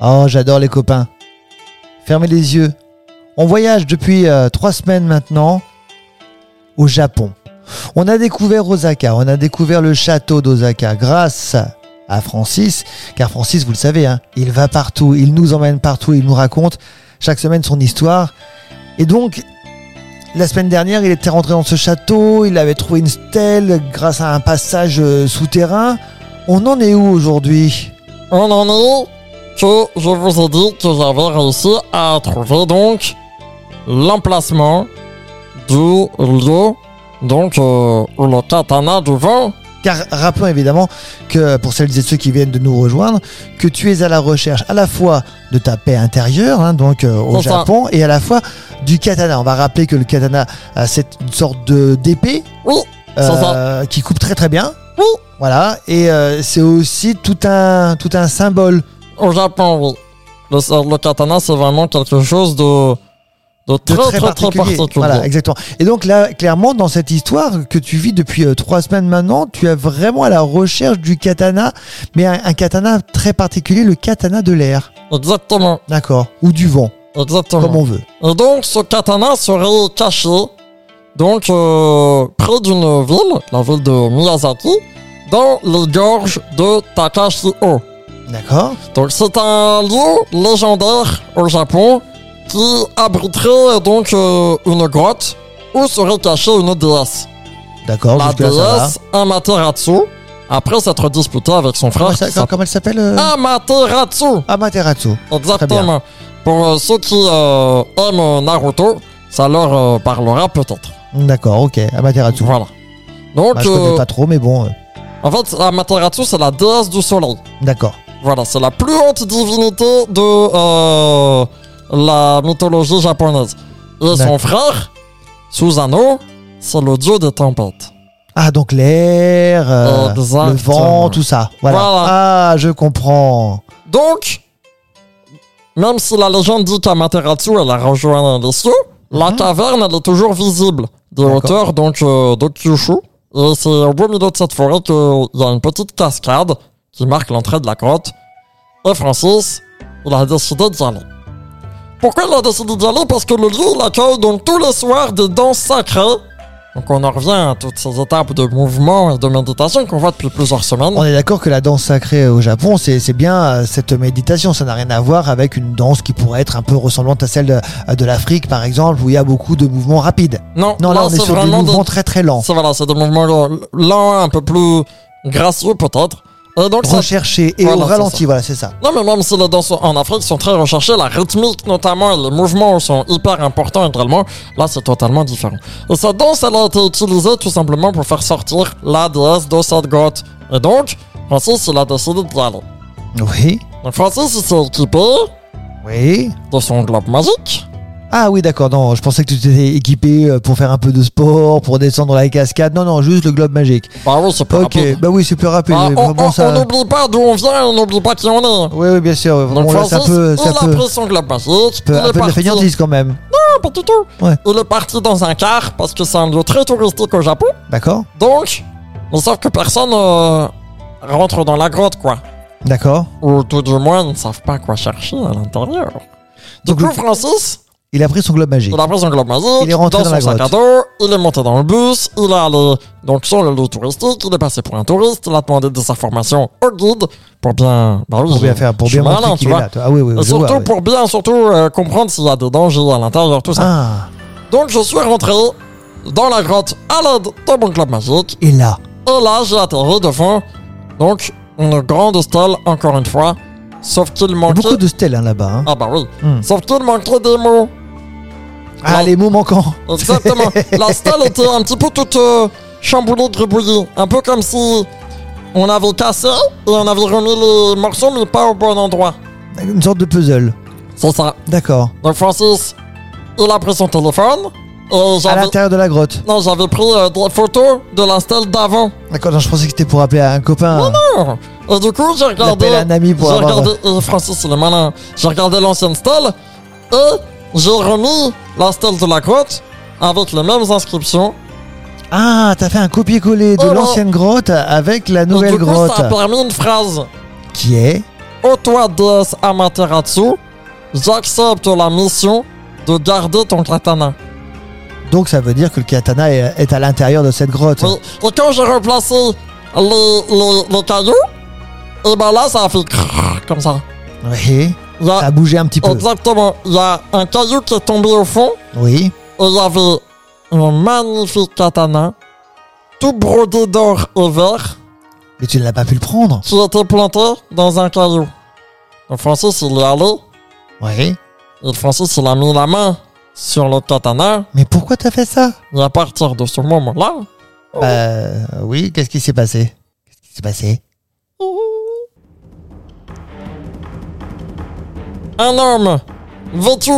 Oh, j'adore les copains. Fermez les yeux. On voyage depuis euh, trois semaines maintenant au Japon. On a découvert Osaka, on a découvert le château d'Osaka grâce à Francis, car Francis, vous le savez, hein, il va partout, il nous emmène partout, il nous raconte chaque semaine son histoire. Et donc, la semaine dernière, il était rentré dans ce château, il avait trouvé une stèle grâce à un passage euh, souterrain. On en est où aujourd'hui On en est que je vous ai dit que j'avais réussi à trouver donc l'emplacement du lieu donc euh, où le katana du vent. Car rappelons évidemment que pour celles et ceux qui viennent de nous rejoindre, que tu es à la recherche à la fois de ta paix intérieure, hein, donc euh, au C'est ça. Japon, et à la fois du katana. On va rappeler que le katana, euh, c'est une sorte de d'épée Oui, c'est ça. euh, qui coupe très très bien. Oui. Voilà, et euh, c'est aussi tout un tout un symbole. Au Japon, oui. Le, le katana, c'est vraiment quelque chose de, de de très, très, très particulier. Voilà, exactement. Et donc là, clairement, dans cette histoire que tu vis depuis euh, trois semaines maintenant, tu es vraiment à la recherche du katana, mais un, un katana très particulier, le katana de l'air. Exactement, D'accord. Ou du vent, exactement. comme on veut. Et donc, ce katana serait caché, donc, euh, près d'une ville, la ville de Miyazaki, dans les gorges de Takashio. D'accord. Donc, c'est un lieu légendaire au Japon qui abriterait donc euh, une grotte où serait cachée une déesse. D'accord. la jusque-là, ça va. déesse Amaterasu, après s'être disputée avec son frère, Comment, qui Ah, bah, ça- s'appelle comment elle s'appelle euh, Ah. Amaterasu. Amaterasu. Exactement. Pour euh, ceux qui euh, aiment Naruto, ça leur euh, parlera peut-être. D'accord, ok. Amaterasu. Voilà. Donc, Bah, je connais euh, pas trop, mais bon. euh, en fait, Amaterasu, c'est la déesse du soleil. D'accord. Voilà, c'est la plus haute divinité de euh, la mythologie japonaise. Et son D'accord. frère, Susanoo, c'est le dieu des tempêtes. Ah, donc l'air, euh, Oh, Exactement. le vent, tout ça. Voilà. Voilà. Ah, je comprends. Donc, même si la légende dit qu'Amaterasu, elle a rejoint les cieux, la Mhm. caverne, elle est toujours visible des D'accord. hauteurs donc, euh, de Kyushu. Et c'est au beau milieu de cette forêt qu'il y a une petite cascade qui marque l'entrée de la grotte. Et Francis, il a décidé d'y aller. Pourquoi il a décidé d'y aller Parce que le lieu, il accueille donc tous les soirs des danses sacrées. Donc on en revient à toutes ces étapes de mouvement et de méditation qu'on voit depuis plusieurs semaines. On est d'accord que la danse sacrée au Japon, c'est c'est bien euh, cette méditation. Ça n'a rien à voir avec une danse qui pourrait être un peu ressemblante à celle de, euh, de l'Afrique, par exemple, où il y a beaucoup de mouvements rapides. Non, Non, là, on est c'est sur des vraiment des- mouvements très très lents. C'est voilà, c'est des mouvements euh, lents, un peu plus gracieux peut-être. Et donc ça- Recherchés et Voilà, au c'est ralenti, voilà, c'est ça. Non mais même si les danses en Afrique sont très recherchées, la rythmique notamment et les mouvements sont hyper importants également, là c'est totalement différent. Et cette danse elle a été utilisée tout simplement pour faire sortir la déesse de cette grotte. Et donc, Francis il a décidé d'y aller. Oui. Donc Francis il s'est équipé Oui. de son globe magique. Ah oui, d'accord. Non, je pensais que tu t'étais équipé euh, pour faire un peu de sport, pour descendre dans la cascade. Non, non, juste le globe magique. Bah oui c'est pas Ok, bah oui, c'est plus rapide. Ah, oui, on bon, on- ça- on n'oublie pas d'où on vient et on n'oublie pas qui on est. Oui, oui, bien sûr. Donc bon, là, Francis, ça peut, ça il a peut, pris son globe magique, peut- il un est peu de la parti. fainéantise quand même. Non, pas du tout. Ouais. Il est parti dans un car parce que c'est un lieu très touristique au Japon. D'accord, Donc, mais sauf que personne euh, rentre dans la grotte, quoi. d'accord. Ou tout du moins, ils ne savent pas quoi chercher à l'intérieur. Du Donc, coup, le- Francis, Il a pris son globe magique. il a pris son globe magique, Il est rentré dans son la sac à grotte. dos, il est monté dans le bus, il est allé donc sur le lieu touristique, il est passé pour un touriste, il a demandé des informations au guide pour bien... Bah oui, Pour bien je- faire, pour je suis bien montrer malin, tu qu'il est vois. là. toi. Ah oui, oui, Et oui, je surtout vois, oui. pour bien surtout euh, comprendre s'il y a des dangers à l'intérieur, tout ça. Ah, Donc je suis rentré dans la grotte à l'aide de mon club magique et là. et là j'ai atterri devant donc une grande stèle encore une fois. Sauf qu'il Il y a manquait... beaucoup de stèles hein, là-bas. hein. Ah bah oui. Hmm. Sauf qu'il manquait des mots. Ah, non. les mots manquants. Exactement. la stèle était un petit peu toute euh, chamboulée, gribouillée. Un peu comme si on avait cassé et on avait remis les morceaux mais pas au bon endroit. Une sorte de puzzle. C'est ça. D'accord. Donc Francis, il a pris son téléphone et À j'avais... l'intérieur de la grotte. Non, j'avais pris euh, des photos de la stèle d'avant. D'accord, non, je pensais que c'était pour appeler à un copain. Et du coup, j'ai regardé. J'appelle un ami pour j'ai avoir- regardé. euh, Francis, il est malin. J'ai regardé l'ancienne stèle et j'ai remis la stèle de la grotte avec les mêmes inscriptions. Ah, t'as fait un copier-coller de Oh non. l'ancienne grotte avec la Et nouvelle du coup, grotte. ça a permis une phrase Qui est Otoa déesse Amaterasu, j'accepte la mission de garder ton katana. Donc ça veut dire que le katana est, est à l'intérieur de cette grotte. Oui. Et quand j'ai replacé les, les, les cailloux, et ben là, ça a fait crrr, comme ça. Oui. Il y a- Ça a bougé un petit Oh, peu. exactement. Il y a un caillou qui est tombé au fond, Oui. et il y avait un magnifique katana, tout brodé d'or et vert, Mais tu ne l'as pas pu le prendre. qui était planté dans un caillou. Et Francis, il est allé, Oui. et Francis, il a mis la main sur le katana, Mais pourquoi t'as fait ça et à partir de ce moment-là, Oh. Euh, oui, qu'est-ce qui s'est passé Qu'est-ce qui s'est passé un homme vêtu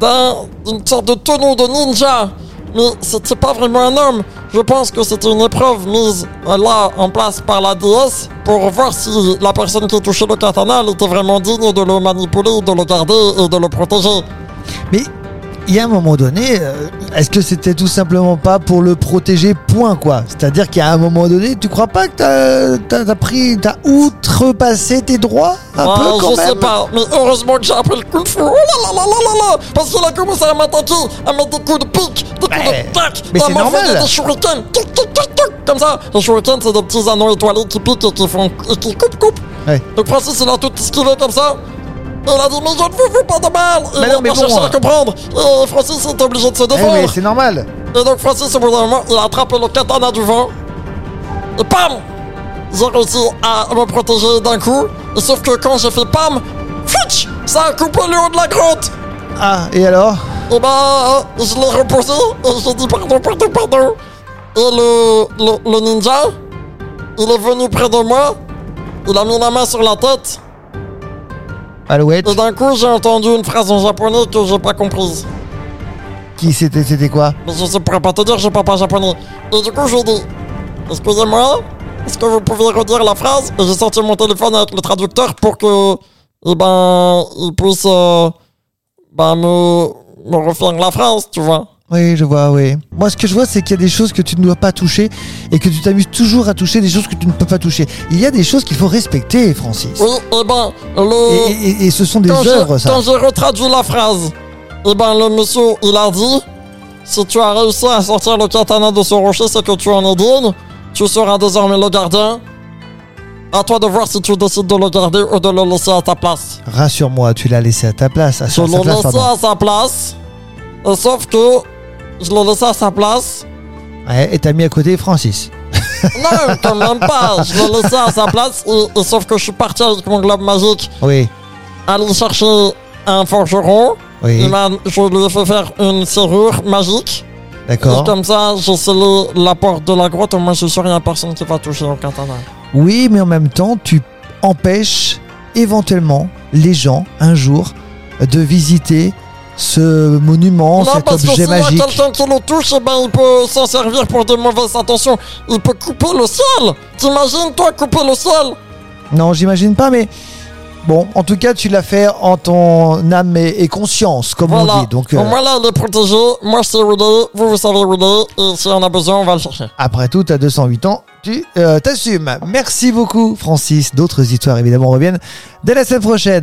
d'un- d'une sorte de tonneau de ninja. Mais c'était pas vraiment un homme. Je pense que c'était une épreuve mise euh, là en place par la déesse pour voir si la personne qui touchait le katana elle était vraiment digne de le manipuler, de le garder et de le protéger. Mais il y a un moment donné, euh, est-ce que c'était tout simplement pas pour le protéger Point quoi. C'est-à-dire qu'à un moment donné, tu crois pas que t'as- t'as t'as pris, t'as outrepassé tes droits un Ah, peu quand je même sais pas, mais heureusement que j'ai appris le kung fu. Oh là là là là là là Parce qu'il a commencé à m'attaquer, à mettre des coups de pique, des coups Ouais. de tac, Mais à c'est m'envoyer normal. des shurikens, tic, tic, tic, tic, comme ça. Les shurikens, c'est des petits anneaux étoilés qui piquent et qui font, et qui coupent, coupent. Ouais. Donc Francis, il a tout esquivé comme ça. Il a dit, mais je ne vous fais pas de mal. Il Mais a non, mais pas bon, cherché hein. à comprendre. Et Francis est obligé de se Eh, mais défendre. c'est normal. Et donc Francis, au bout d'un moment, il a attrapé le katana du vent. Et pam J'ai réussi à me protéger d'un coup. Et sauf que quand j'ai fait pam, fitch Ça a coupé le haut de la grotte Ah, et alors Et ben, euh, je l'ai repoussé et j'ai dit pardon, pardon, pardon. Et le, le, le ninja, il est venu près de moi. Il a mis la main sur la tête. Alouette, Et d'un coup, j'ai entendu une phrase en japonais que j'ai pas comprise. qui c'était C'était quoi Mais je ne pourrais pas te dire, je parle pas japonais. Et du coup, je lui ai dit Excusez-moi, est-ce que vous pouvez redire la phrase Et j'ai sorti mon téléphone avec le traducteur pour que. Eh ben. Il puisse. euh, ben, me. Me refaire la phrase, tu vois. Oui, je vois, oui. Moi, ce que je vois, c'est qu'il y a des choses que tu ne dois pas toucher et que tu t'amuses toujours à toucher des choses que tu ne peux pas toucher. Il y a des choses qu'il faut respecter, Francis. Oui, eh ben. Et, Le. et- et ce sont des quand j'ai- œuvres, ça. quand j'ai retraduit la phrase, eh ben, le monsieur, il a dit Si tu as réussi à sortir le katana de ce rocher, c'est que tu en es digne. Tu seras désormais le gardien. À toi de voir si tu décides de le garder ou de le laisser à ta Ah, place. Rassure-moi, tu l'as laissé à ta place. À Je sa, sa l'ai place, laissé pardon. à sa place. euh, Sauf que je l'ai laissé à sa place. Ouais, et t'as mis à côté Francis. Non, quand même pas. Je l'ai laissé à sa place. Et, et sauf que je suis parti avec mon globe magique Oui, aller chercher un forgeron. oui, Il m'a- je lui ai fait faire une serrure magique. Et d'accord. comme ça, j'ai scellé la porte de la grotte. Au moins, je suis sûr qu'il n'y a personne qui va toucher au katana. Oui, mais en même temps, tu empêches éventuellement les gens, un jour, de visiter ce monument, non, cet parce que objet s'il y a magique. quelqu'un qui le touche, eh ben, il peut s'en servir pour de mauvaises intentions. Il peut couper le ciel. T'imagines, toi, couper le ciel Non, j'imagine pas, mais bon, en tout cas, tu l'as fait en ton âme et, et conscience, comme on Voilà. dit. Donc, euh, Au moins, là, il est protégé. Moi, je sais où il est. Vous, vous savez où il est. Et si on a besoin, on va le chercher. après tout, à 208 ans, tu euh, t'assumes. Merci beaucoup, Francis. D'autres histoires, évidemment, reviennent dès la semaine prochaine.